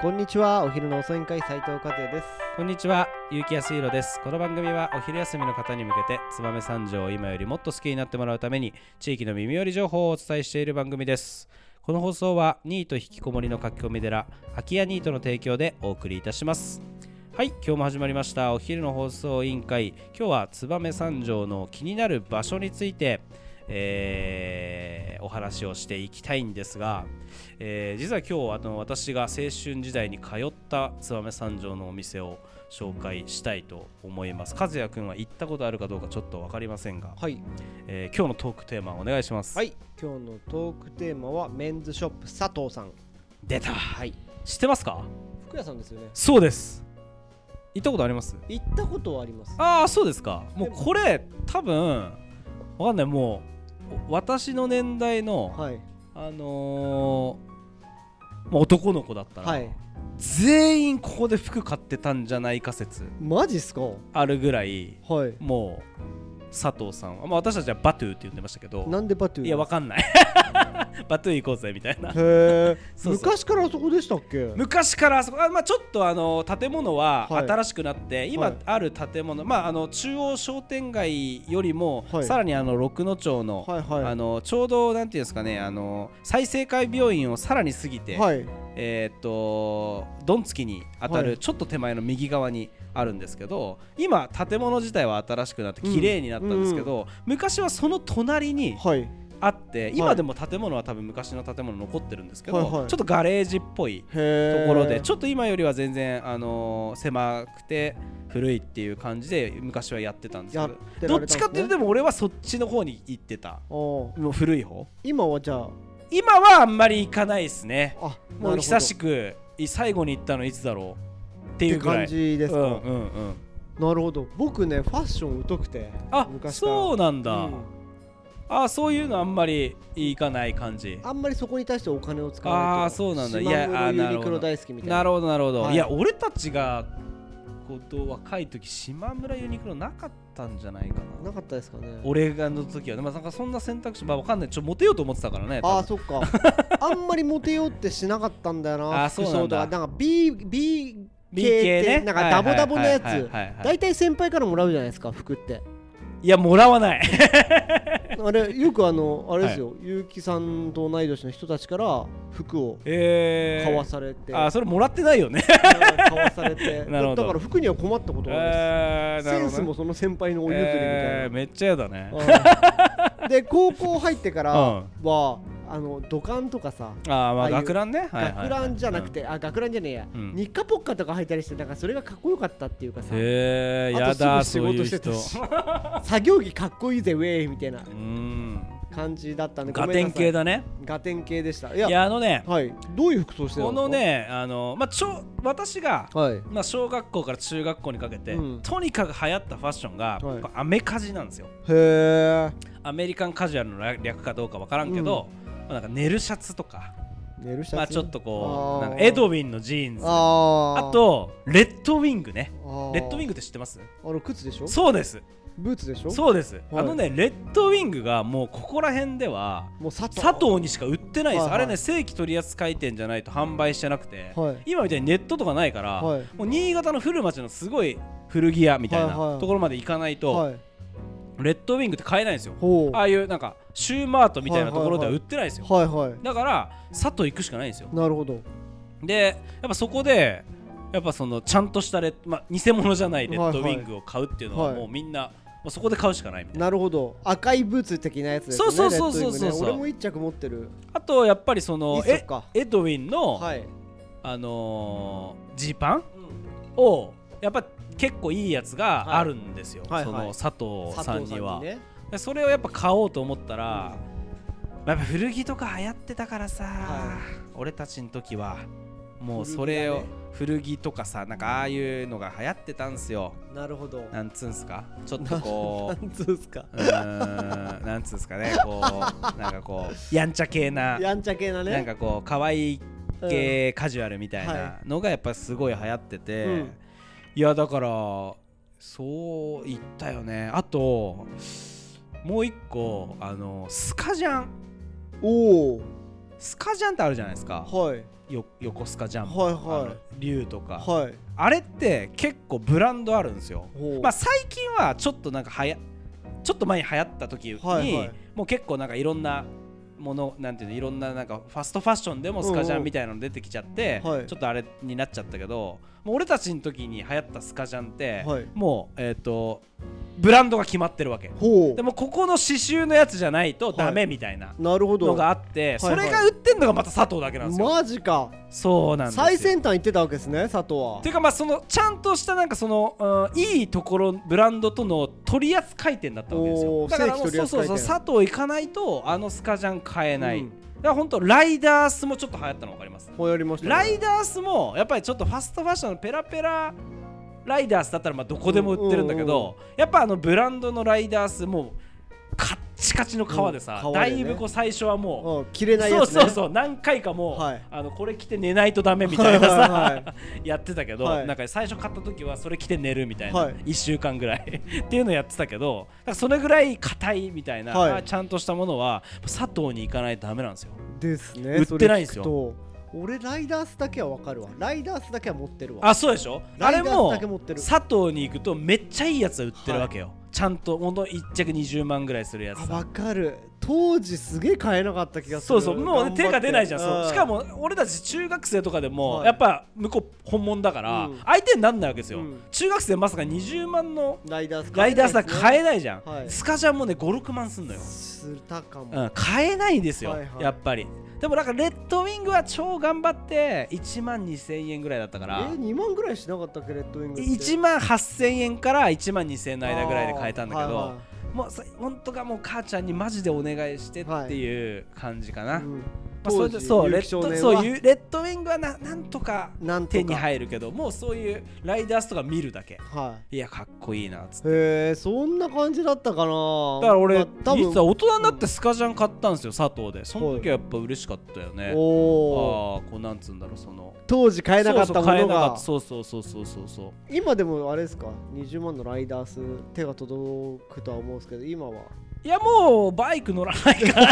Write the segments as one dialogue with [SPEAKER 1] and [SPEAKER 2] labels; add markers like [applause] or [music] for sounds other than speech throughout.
[SPEAKER 1] こんにちはお昼の遅い会斉藤和也です
[SPEAKER 2] こんにちは、ゆうきやすいろです。この番組はお昼休みの方に向けて、燕三条を今よりもっと好きになってもらうために、地域の耳寄り情報をお伝えしている番組です。この放送は、ニート引きこもりの書き込み寺、空き家ニートの提供でお送りいたします。はい、今日も始まりました、お昼の放送委員会。今日は燕三条の気になる場所について、えーお話をしていきたいんですが、えー実は今日あの私が青春時代に通った燕三条のお店を紹介したいと思います和也くんは行ったことあるかどうかちょっと分かりませんが、
[SPEAKER 1] はい
[SPEAKER 2] えー今日のトークテーマお願いします、
[SPEAKER 1] はい今日のトークテーマはメンズショップ佐藤さん
[SPEAKER 2] 出た
[SPEAKER 1] はい
[SPEAKER 2] 知ってますか
[SPEAKER 1] 服屋さんですよね
[SPEAKER 2] そうです行ったことあります
[SPEAKER 1] 行ったことはあります
[SPEAKER 2] ああそうですかもうこれ多分わかんないもう私の年代の、
[SPEAKER 1] はい
[SPEAKER 2] あのーまあ、男の子だったら、
[SPEAKER 1] はい
[SPEAKER 2] 全員ここで服買ってたんじゃないか説
[SPEAKER 1] マジっすかは
[SPEAKER 2] あるぐらい
[SPEAKER 1] い
[SPEAKER 2] もう佐藤さんは、まあ、私たちはバトゥーって呼んでましたけど
[SPEAKER 1] なんでバトゥー
[SPEAKER 2] いやわかんない [laughs] バトゥー行こうぜみたいな
[SPEAKER 1] へえ
[SPEAKER 2] [laughs] そうそう
[SPEAKER 1] 昔からあそこでしたっけ
[SPEAKER 2] 昔からあそこあ、まあ、ちょっとあの建物は
[SPEAKER 1] はい
[SPEAKER 2] 新しくなって、
[SPEAKER 1] は
[SPEAKER 2] 今
[SPEAKER 1] い
[SPEAKER 2] ある建物、まあ、あの中央商店街よりも、
[SPEAKER 1] はい
[SPEAKER 2] さらにあの六野町の,、
[SPEAKER 1] はいはい
[SPEAKER 2] あのちょうどなんていうんですかねあの再生会病院をさらに過ぎて、
[SPEAKER 1] はい
[SPEAKER 2] えーっとドンツキに当た
[SPEAKER 1] はい
[SPEAKER 2] るちょっと手前の右側にあるんですけど、今建物自体は新しくなって綺麗になったんですけど、昔はその隣に
[SPEAKER 1] はい
[SPEAKER 2] あって今でも建物は多分昔の建物残ってるんですけど、
[SPEAKER 1] はいはい
[SPEAKER 2] ちょっとガレージっぽいと
[SPEAKER 1] へえ
[SPEAKER 2] ころでちょっと今よりは全然、あのー狭くて古いっていう感じで昔はやってたんです
[SPEAKER 1] や
[SPEAKER 2] け
[SPEAKER 1] っ
[SPEAKER 2] ど
[SPEAKER 1] て
[SPEAKER 2] ど
[SPEAKER 1] ら
[SPEAKER 2] っ
[SPEAKER 1] れ
[SPEAKER 2] ち
[SPEAKER 1] た
[SPEAKER 2] かっ
[SPEAKER 1] ん
[SPEAKER 2] て
[SPEAKER 1] です
[SPEAKER 2] いう
[SPEAKER 1] ね
[SPEAKER 2] とでも俺はそっちの方に行ってた
[SPEAKER 1] おー
[SPEAKER 2] もう古い方
[SPEAKER 1] 今はじゃあ
[SPEAKER 2] 今はあんまり行かないですね
[SPEAKER 1] あ
[SPEAKER 2] もう久し
[SPEAKER 1] く
[SPEAKER 2] くい最後に行ったのいつだろうって
[SPEAKER 1] っ
[SPEAKER 2] い
[SPEAKER 1] て
[SPEAKER 2] うぐら
[SPEAKER 1] 感
[SPEAKER 2] い
[SPEAKER 1] じです
[SPEAKER 2] うん
[SPEAKER 1] か
[SPEAKER 2] うんうん
[SPEAKER 1] なるほど僕ねファッション疎くて
[SPEAKER 2] あ
[SPEAKER 1] 昔から
[SPEAKER 2] そうなんだ、
[SPEAKER 1] うん
[SPEAKER 2] あそういうのあんまり行かない感じ
[SPEAKER 1] あんまりそこに対してお金を使わない
[SPEAKER 2] あーそうなんだ
[SPEAKER 1] い
[SPEAKER 2] いや
[SPEAKER 1] や
[SPEAKER 2] あーな
[SPEAKER 1] ユ
[SPEAKER 2] る
[SPEAKER 1] ニ
[SPEAKER 2] ほど
[SPEAKER 1] クロ大好きみたいな
[SPEAKER 2] なるほどなるほど、
[SPEAKER 1] はい
[SPEAKER 2] い、や俺たちがこと若い時島村ユニクロなかったんじゃないかな
[SPEAKER 1] なかったですかね
[SPEAKER 2] 俺がの時はね、まあ、なんかそんな選択肢まあわかんないちょモテようと思ってたからね
[SPEAKER 1] あ
[SPEAKER 2] 多
[SPEAKER 1] あ
[SPEAKER 2] 分
[SPEAKER 1] そっか
[SPEAKER 2] [laughs]
[SPEAKER 1] あんまりモテようってしなかったんだよな
[SPEAKER 2] あーそうなんだ
[SPEAKER 1] 服装とかなんか B, B 系
[SPEAKER 2] B
[SPEAKER 1] って
[SPEAKER 2] 系ね
[SPEAKER 1] なんかダボダボのやつ
[SPEAKER 2] はいはいはいはいはい
[SPEAKER 1] 大体先輩からもらうじゃないですか服って
[SPEAKER 2] いやもらわない [laughs]
[SPEAKER 1] あれよくあのあれですよ結城さんと同い年の人たちから服を
[SPEAKER 2] え
[SPEAKER 1] 買わされて、
[SPEAKER 2] あーそれもらってないよ
[SPEAKER 1] [laughs]
[SPEAKER 2] ね
[SPEAKER 1] 買わされて
[SPEAKER 2] [laughs] なるほど
[SPEAKER 1] だから服には困ったことがないです
[SPEAKER 2] えー
[SPEAKER 1] セ
[SPEAKER 2] なるほどね
[SPEAKER 1] ンスもその先輩のお譲りみたいな、
[SPEAKER 2] えーめっちゃやだね
[SPEAKER 1] うんで高校入ってから
[SPEAKER 2] うん
[SPEAKER 1] は、あの土管とかさ
[SPEAKER 2] ああま
[SPEAKER 1] ああ
[SPEAKER 2] あ
[SPEAKER 1] いう
[SPEAKER 2] 学ランねはいはいはい
[SPEAKER 1] 学ランじゃなくて、あ学ランじゃねえや、
[SPEAKER 2] うん
[SPEAKER 1] 日課ポッカとか履いたりしてなんかそれがかっこよかったっていうかさ
[SPEAKER 2] へえ
[SPEAKER 1] あ
[SPEAKER 2] や
[SPEAKER 1] と
[SPEAKER 2] だ
[SPEAKER 1] す
[SPEAKER 2] そ
[SPEAKER 1] ぐ
[SPEAKER 2] う
[SPEAKER 1] 仕
[SPEAKER 2] い
[SPEAKER 1] 事
[SPEAKER 2] う
[SPEAKER 1] して
[SPEAKER 2] 人
[SPEAKER 1] た
[SPEAKER 2] う
[SPEAKER 1] し作業着かっこいいぜウェイみたいな [laughs]
[SPEAKER 2] ーん
[SPEAKER 1] 感じだったんで
[SPEAKER 2] ガテン系
[SPEAKER 1] だ
[SPEAKER 2] だね
[SPEAKER 1] ガテン系でしたいや
[SPEAKER 2] いやあのね
[SPEAKER 1] はいどういう服装してた
[SPEAKER 2] このねあのまあちょ私が
[SPEAKER 1] はい
[SPEAKER 2] まあ小学校から中学校にかけて
[SPEAKER 1] うん
[SPEAKER 2] とにかく流行ったファッションが
[SPEAKER 1] はい
[SPEAKER 2] アメカジなんですよ
[SPEAKER 1] へえ
[SPEAKER 2] アメリカンカジュアルの略略かどうかわからんけどまあなんか寝るシャツとか
[SPEAKER 1] 寝るシャツ
[SPEAKER 2] まあちょっとこう
[SPEAKER 1] あー
[SPEAKER 2] なんかエドウィンのジーンズあ
[SPEAKER 1] あー
[SPEAKER 2] とレッドウィングね
[SPEAKER 1] あー
[SPEAKER 2] レッドウィングって知ってます
[SPEAKER 1] あの靴でしょ
[SPEAKER 2] そうです
[SPEAKER 1] ブーツでしょ
[SPEAKER 2] そうです、
[SPEAKER 1] はい
[SPEAKER 2] あのねレッドウィングがもうここら辺では
[SPEAKER 1] もう佐藤
[SPEAKER 2] 佐藤にしか売ってないです、
[SPEAKER 1] はいはい
[SPEAKER 2] あれね正規取扱店じゃないと販売してなくて、
[SPEAKER 1] はい
[SPEAKER 2] 今みたいにネットとかないから、
[SPEAKER 1] はい
[SPEAKER 2] もう新潟の古町のすごい古着屋みたいな
[SPEAKER 1] はいはい
[SPEAKER 2] ところまで行かないと、
[SPEAKER 1] はい
[SPEAKER 2] レッドウィングって買えないんですよ
[SPEAKER 1] ほう
[SPEAKER 2] ああいうなんかシューマートみたいなところ
[SPEAKER 1] はい
[SPEAKER 2] では
[SPEAKER 1] はいはい
[SPEAKER 2] 売ってないんですよ、
[SPEAKER 1] はいは
[SPEAKER 2] だから佐藤行くしかないんですよ
[SPEAKER 1] いなるほど
[SPEAKER 2] でやっぱそこでやっぱそのちゃんとしたレッ、まあ、偽物じゃないレッドウ
[SPEAKER 1] はいはい
[SPEAKER 2] ィングを買うっていうのは
[SPEAKER 1] はい
[SPEAKER 2] もうみんな、もうそこで買うしかないみたいな。
[SPEAKER 1] なるほど赤いブーツ的なやつですね
[SPEAKER 2] そうそうそうそ
[SPEAKER 1] レ
[SPEAKER 2] う
[SPEAKER 1] ッドウィングね
[SPEAKER 2] そうそう
[SPEAKER 1] 俺も一着持ってる
[SPEAKER 2] あとやっぱりそ
[SPEAKER 1] いい
[SPEAKER 2] の
[SPEAKER 1] っす
[SPEAKER 2] え
[SPEAKER 1] か
[SPEAKER 2] エドウィンの、
[SPEAKER 1] はい
[SPEAKER 2] あのージーパンをやっぱ結構いいやつがあるんですよ、
[SPEAKER 1] はい
[SPEAKER 2] そ
[SPEAKER 1] はい
[SPEAKER 2] の佐藤さんには
[SPEAKER 1] ね
[SPEAKER 2] でそれをやっぱ買おうと思ったら、やっぱ古着とか流行ってたからさ、
[SPEAKER 1] は
[SPEAKER 2] 俺たちの時はもうそれを古着とかさなんかああいうのが流行ってたんすよ
[SPEAKER 1] なるほど
[SPEAKER 2] なんつうんすかちょっとこう
[SPEAKER 1] なんつうんすか
[SPEAKER 2] うーんなんつうんすかねこうなんかこ
[SPEAKER 1] [laughs]
[SPEAKER 2] うやんちゃ系な
[SPEAKER 1] やんちゃ系なね
[SPEAKER 2] なんかこう可愛い系カジュアルみたい
[SPEAKER 1] は
[SPEAKER 2] なのがやっぱすごい流行ってて、
[SPEAKER 1] うん
[SPEAKER 2] いやだからそう言ったよねあともう一個あのスカジャン
[SPEAKER 1] おお
[SPEAKER 2] スカジャンってあるじゃないですか
[SPEAKER 1] はい
[SPEAKER 2] よ横スカジャンプ、
[SPEAKER 1] はい
[SPEAKER 2] あ
[SPEAKER 1] は
[SPEAKER 2] の竜とか、
[SPEAKER 1] いはい
[SPEAKER 2] あれって結構ブランドあるんですよ
[SPEAKER 1] ほう
[SPEAKER 2] まあ最近はちょっとなんかはやちょっと前に流行った時に、
[SPEAKER 1] はいはい
[SPEAKER 2] もう結構なんかいろんなものなんていうのいろんななんかファストファッションでもスカジャンみたいなの出てきちゃって、
[SPEAKER 1] うんうんはい
[SPEAKER 2] ちょっとあれになっちゃったけどもう俺たちの時に流行ったスカジャンって、
[SPEAKER 1] はい
[SPEAKER 2] もうえっ、とブランドが決まってるわけ
[SPEAKER 1] ほ
[SPEAKER 2] でもここの刺繍のやつじゃないとダメみたいな
[SPEAKER 1] うなるほ
[SPEAKER 2] の
[SPEAKER 1] ど
[SPEAKER 2] があって、
[SPEAKER 1] はいはい
[SPEAKER 2] それが売ってんのがまた佐藤だけなんですよ、
[SPEAKER 1] マジか
[SPEAKER 2] そうなんですよ
[SPEAKER 1] 最先端行ってたわけですね佐藤は
[SPEAKER 2] ていうかまあそのちゃんとしたなんかその、うんいいところブランドとの取り扱い店だったわけですよ
[SPEAKER 1] おー
[SPEAKER 2] だからも
[SPEAKER 1] 正
[SPEAKER 2] う
[SPEAKER 1] 規取
[SPEAKER 2] そう
[SPEAKER 1] り
[SPEAKER 2] そ
[SPEAKER 1] 扱
[SPEAKER 2] う
[SPEAKER 1] い
[SPEAKER 2] そう
[SPEAKER 1] 店
[SPEAKER 2] 佐藤行かないとあのスカジャン買えない、
[SPEAKER 1] うん
[SPEAKER 2] だから本当ライダースもちょっと流行ったの分かります
[SPEAKER 1] 流行りましたね
[SPEAKER 2] ライダースもやっぱりちょっとファストファッションのペラペラライダースだったらまあどこでも売ってるんだけど、やっぱあのブランドのライダースもうカッチカチの革で
[SPEAKER 1] う
[SPEAKER 2] さ、
[SPEAKER 1] ん革
[SPEAKER 2] だ
[SPEAKER 1] でね
[SPEAKER 2] いぶこう最初はもう
[SPEAKER 1] うん切れない
[SPEAKER 2] そ
[SPEAKER 1] や
[SPEAKER 2] う
[SPEAKER 1] つね
[SPEAKER 2] そうそう何回かもう、
[SPEAKER 1] はい
[SPEAKER 2] あのこれ着て寝ないとダメみたいなさ、
[SPEAKER 1] はいはいは
[SPEAKER 2] [laughs] やってたけど、
[SPEAKER 1] はい
[SPEAKER 2] なんか最初買った時はそれ着て寝るみたいな、
[SPEAKER 1] はい
[SPEAKER 2] 1週間ぐらい [laughs] っていうのやってたけどだからそれぐらい硬いみたいな、
[SPEAKER 1] はい
[SPEAKER 2] あちゃんとしたものは佐藤に行かないとダメなんですよ
[SPEAKER 1] ですね
[SPEAKER 2] 売ってないんですよ
[SPEAKER 1] それ聞くと俺ライダースだけは分かるわライダースだけは持ってるわ
[SPEAKER 2] あそうでしょあ
[SPEAKER 1] ラ
[SPEAKER 2] れ
[SPEAKER 1] イダース
[SPEAKER 2] も
[SPEAKER 1] だけ持ってる
[SPEAKER 2] 佐藤に行くとめっちゃいいやつは売ってるわけよ、ちゃんとほんと1着20万ぐらいするやつ
[SPEAKER 1] あ
[SPEAKER 2] さ
[SPEAKER 1] 分かる当時すげえ買えなかった気がする
[SPEAKER 2] そうそうも
[SPEAKER 1] 頑
[SPEAKER 2] う、ね、
[SPEAKER 1] 張って
[SPEAKER 2] 手が出ないじゃんそ
[SPEAKER 1] ん
[SPEAKER 2] うしかも俺たち中学生とかでも、
[SPEAKER 1] はい
[SPEAKER 2] やっぱ向こう本物だから、
[SPEAKER 1] うん
[SPEAKER 2] 相手になんないわけですよ、
[SPEAKER 1] うん
[SPEAKER 2] 中学生まさか20万の
[SPEAKER 1] ライダース
[SPEAKER 2] ライダーさん買え
[SPEAKER 1] え
[SPEAKER 2] ないじゃん、
[SPEAKER 1] はい
[SPEAKER 2] スカジャンもね56万すんのよ、
[SPEAKER 1] したかも、
[SPEAKER 2] うん、買えないんですよ、
[SPEAKER 1] はいはい
[SPEAKER 2] やっぱりでもなんかレッドウィングは超頑張って1万2000円ぐらいだったか
[SPEAKER 1] え
[SPEAKER 2] ら
[SPEAKER 1] 2万ぐらいしなかったっけレッドウィングって
[SPEAKER 2] 1万8000円から1万2000円の間ぐらいで買えたんだけど、
[SPEAKER 1] あ
[SPEAKER 2] もうそ本当がもう母ちゃんにマジでお願いしてっていう感じか
[SPEAKER 1] ー
[SPEAKER 2] な、
[SPEAKER 1] はいはいうん
[SPEAKER 2] まあ、それで
[SPEAKER 1] 当時
[SPEAKER 2] そうレ
[SPEAKER 1] 有機
[SPEAKER 2] ッ
[SPEAKER 1] 少
[SPEAKER 2] ド
[SPEAKER 1] 年
[SPEAKER 2] そ
[SPEAKER 1] は
[SPEAKER 2] うゆレッドウィングはななんとか
[SPEAKER 1] なんとか
[SPEAKER 2] 手に入るけどもうそういうライダースとか見るだけ
[SPEAKER 1] はい
[SPEAKER 2] やかっこいいなっつって
[SPEAKER 1] いへえそんな感じだったかな
[SPEAKER 2] だから俺、
[SPEAKER 1] まあ多分
[SPEAKER 2] 実は大人になってスカジャン買ったんですよ佐藤でその時はやっぱ嬉しかったよ
[SPEAKER 1] お
[SPEAKER 2] ね、ああ
[SPEAKER 1] お
[SPEAKER 2] ーこうなんつうんだろうその
[SPEAKER 1] 当時買えなかったものが
[SPEAKER 2] そうそうそうそうそうそうそう
[SPEAKER 1] 今でもあれですか20万のライダース手が届くとは思うんですけど今はい
[SPEAKER 2] やもうバイク乗らないから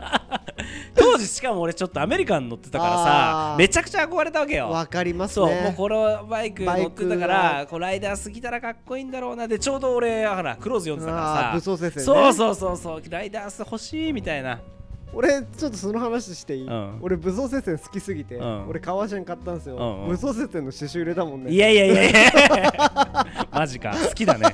[SPEAKER 1] [laughs]
[SPEAKER 2] 当時しかも俺ちょっとアメリカン乗ってたからさ
[SPEAKER 1] あー
[SPEAKER 2] めちゃくちゃ憧れたわけよ
[SPEAKER 1] わかります
[SPEAKER 2] そう、もう
[SPEAKER 1] ね
[SPEAKER 2] このバイク乗ってたか
[SPEAKER 1] バイク
[SPEAKER 2] らこうライダー過ぎたらかっこいいんだろうなでちょうど俺ほらクローズ読んでた
[SPEAKER 1] あー
[SPEAKER 2] から
[SPEAKER 1] 武
[SPEAKER 2] さ
[SPEAKER 1] 装説ね
[SPEAKER 2] そうそうそうそうライダース欲しいみたいな
[SPEAKER 1] 俺ちょっとその話していい、
[SPEAKER 2] うん
[SPEAKER 1] 俺武装節線好きすぎて、
[SPEAKER 2] うん
[SPEAKER 1] 俺革ジャン買ったんですよ、
[SPEAKER 2] うんうん
[SPEAKER 1] 武装節線の刺繍入れたもん
[SPEAKER 2] い
[SPEAKER 1] ね
[SPEAKER 2] やいやいやい [laughs] やマジか好
[SPEAKER 1] [laughs]
[SPEAKER 2] きだね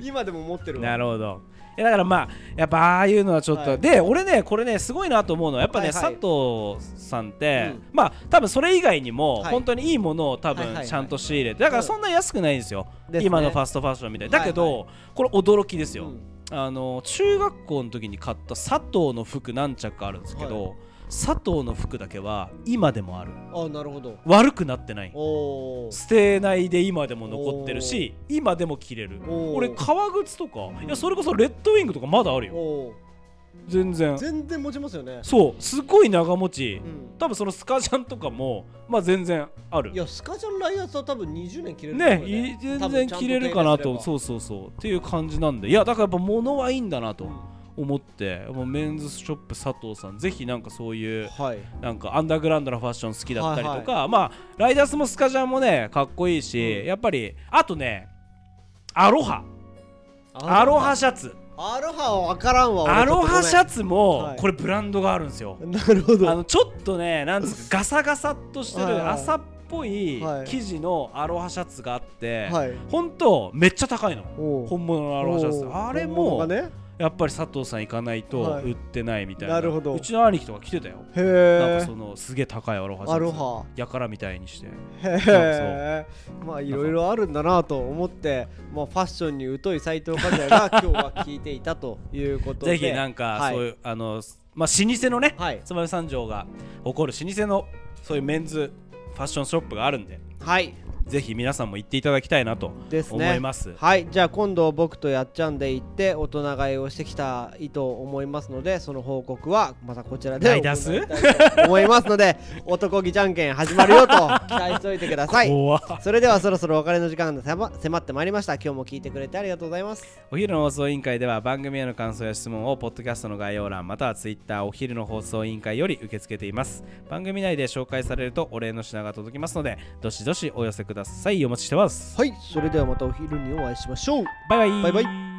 [SPEAKER 1] 今でも持ってるわ
[SPEAKER 2] なるほどいやだからまあやっぱああいうのはちょっと、
[SPEAKER 1] はい
[SPEAKER 2] で俺ねこれねすごいなと思うのはやっぱね、
[SPEAKER 1] はいはい
[SPEAKER 2] 佐藤さんって、
[SPEAKER 1] うん
[SPEAKER 2] まあ多分それ以外にも、
[SPEAKER 1] はい
[SPEAKER 2] 本当にいいものを多
[SPEAKER 1] はいはい
[SPEAKER 2] 分
[SPEAKER 1] はい
[SPEAKER 2] ちゃんと仕入れてだからそんな安くないんですよ、
[SPEAKER 1] ですね
[SPEAKER 2] 今のファストファッションみたいにだけ
[SPEAKER 1] は
[SPEAKER 2] ど、
[SPEAKER 1] い
[SPEAKER 2] これ驚きですよ、
[SPEAKER 1] うん
[SPEAKER 2] あの中学校の時に買った佐藤の服何着かあるんですけど、
[SPEAKER 1] は
[SPEAKER 2] 佐藤の服だけは今でもある
[SPEAKER 1] あなるほど
[SPEAKER 2] 悪くなってない
[SPEAKER 1] おー
[SPEAKER 2] 捨てないで今でも残ってるし今でも着れる
[SPEAKER 1] おー
[SPEAKER 2] 俺革靴とかいやそれこそレッドウィングとかまだあるよ
[SPEAKER 1] お
[SPEAKER 2] 全然
[SPEAKER 1] ー全然持ちますよね
[SPEAKER 2] そうすごい長持ち
[SPEAKER 1] うん
[SPEAKER 2] 多分そのスカジャンとかもまあ全然ある
[SPEAKER 1] いやスカジャンライダースは多分20年着れると思う
[SPEAKER 2] ね
[SPEAKER 1] よ
[SPEAKER 2] い
[SPEAKER 1] 多
[SPEAKER 2] 全
[SPEAKER 1] 分
[SPEAKER 2] 然
[SPEAKER 1] ちゃん
[SPEAKER 2] 着れるかなと
[SPEAKER 1] う
[SPEAKER 2] そうそうそうっていう感じなんでいやだからやっぱ物はいいんだなと
[SPEAKER 1] ん
[SPEAKER 2] 思ってもうメンズショップ佐藤さんぜひなんかそういう
[SPEAKER 1] はい
[SPEAKER 2] なんかアンダーグラウンドのファッション好きだったりとか、まあライダースもスカジャンもねかっこいいし、
[SPEAKER 1] うん
[SPEAKER 2] やっぱりあとねアロハアロハシャツ
[SPEAKER 1] アロハは分からんわ
[SPEAKER 2] アロハシャ
[SPEAKER 1] ツ
[SPEAKER 2] ツも、
[SPEAKER 1] はい
[SPEAKER 2] これブランドがあるんですよ
[SPEAKER 1] なるほど
[SPEAKER 2] あのちょっとねなんつうかガサガサっとして
[SPEAKER 1] はいはい
[SPEAKER 2] る朝っぽい
[SPEAKER 1] はい
[SPEAKER 2] 生地のアロハシャツがあって、
[SPEAKER 1] はい
[SPEAKER 2] ほんとめっちゃ高いの
[SPEAKER 1] おー
[SPEAKER 2] 本物のアロハシャツ
[SPEAKER 1] おー
[SPEAKER 2] あれ
[SPEAKER 1] 本
[SPEAKER 2] も、
[SPEAKER 1] 物がね
[SPEAKER 2] やっぱり佐藤さん行かないと
[SPEAKER 1] はい
[SPEAKER 2] 売ってないみたいな、
[SPEAKER 1] なるほど
[SPEAKER 2] うちの兄貴とか着てたよ
[SPEAKER 1] へ
[SPEAKER 2] なんか
[SPEAKER 1] え
[SPEAKER 2] そのすげえ高いアロハシャツ
[SPEAKER 1] アロハ
[SPEAKER 2] やからみたいにして
[SPEAKER 1] へえまあいろいろあるんだなと思って、まあ、ファッションに疎い斎藤和也
[SPEAKER 2] [laughs]
[SPEAKER 1] が今日は聞いていたということで
[SPEAKER 2] ぜひなんか
[SPEAKER 1] はい
[SPEAKER 2] そういう、あのまあ老舗のね
[SPEAKER 1] はい
[SPEAKER 2] つまみ三条が誇る老舗のそういうメンズファッションショップがあるんで
[SPEAKER 1] はい
[SPEAKER 2] ぜひ皆さんも行っていただきたいなと
[SPEAKER 1] ですね
[SPEAKER 2] 思います
[SPEAKER 1] はいじゃあ今度僕とやっちゃんで行って大人買いをしてきたいと思いますのでその報告はまたこちらで
[SPEAKER 2] 大出す
[SPEAKER 1] 行いたいと思いますので男気じゃんけん始まるよと期待しておいてください
[SPEAKER 2] 怖っ
[SPEAKER 1] それではそろそろお別れの時間が迫迫ってまいりました今日も聞いてくれてありがとうございます
[SPEAKER 2] お昼の放送委員会では番組への感想や質問をポッドキャストの概要欄またはツイッターお昼の放送委員会より受け付けています番組内で紹介されるとお礼の品が届きますのでどしどしお寄せくださいお待ちしてます
[SPEAKER 1] はいそれではまたお昼にお会いしましょう
[SPEAKER 2] バイバイ
[SPEAKER 1] バイバ
[SPEAKER 2] イ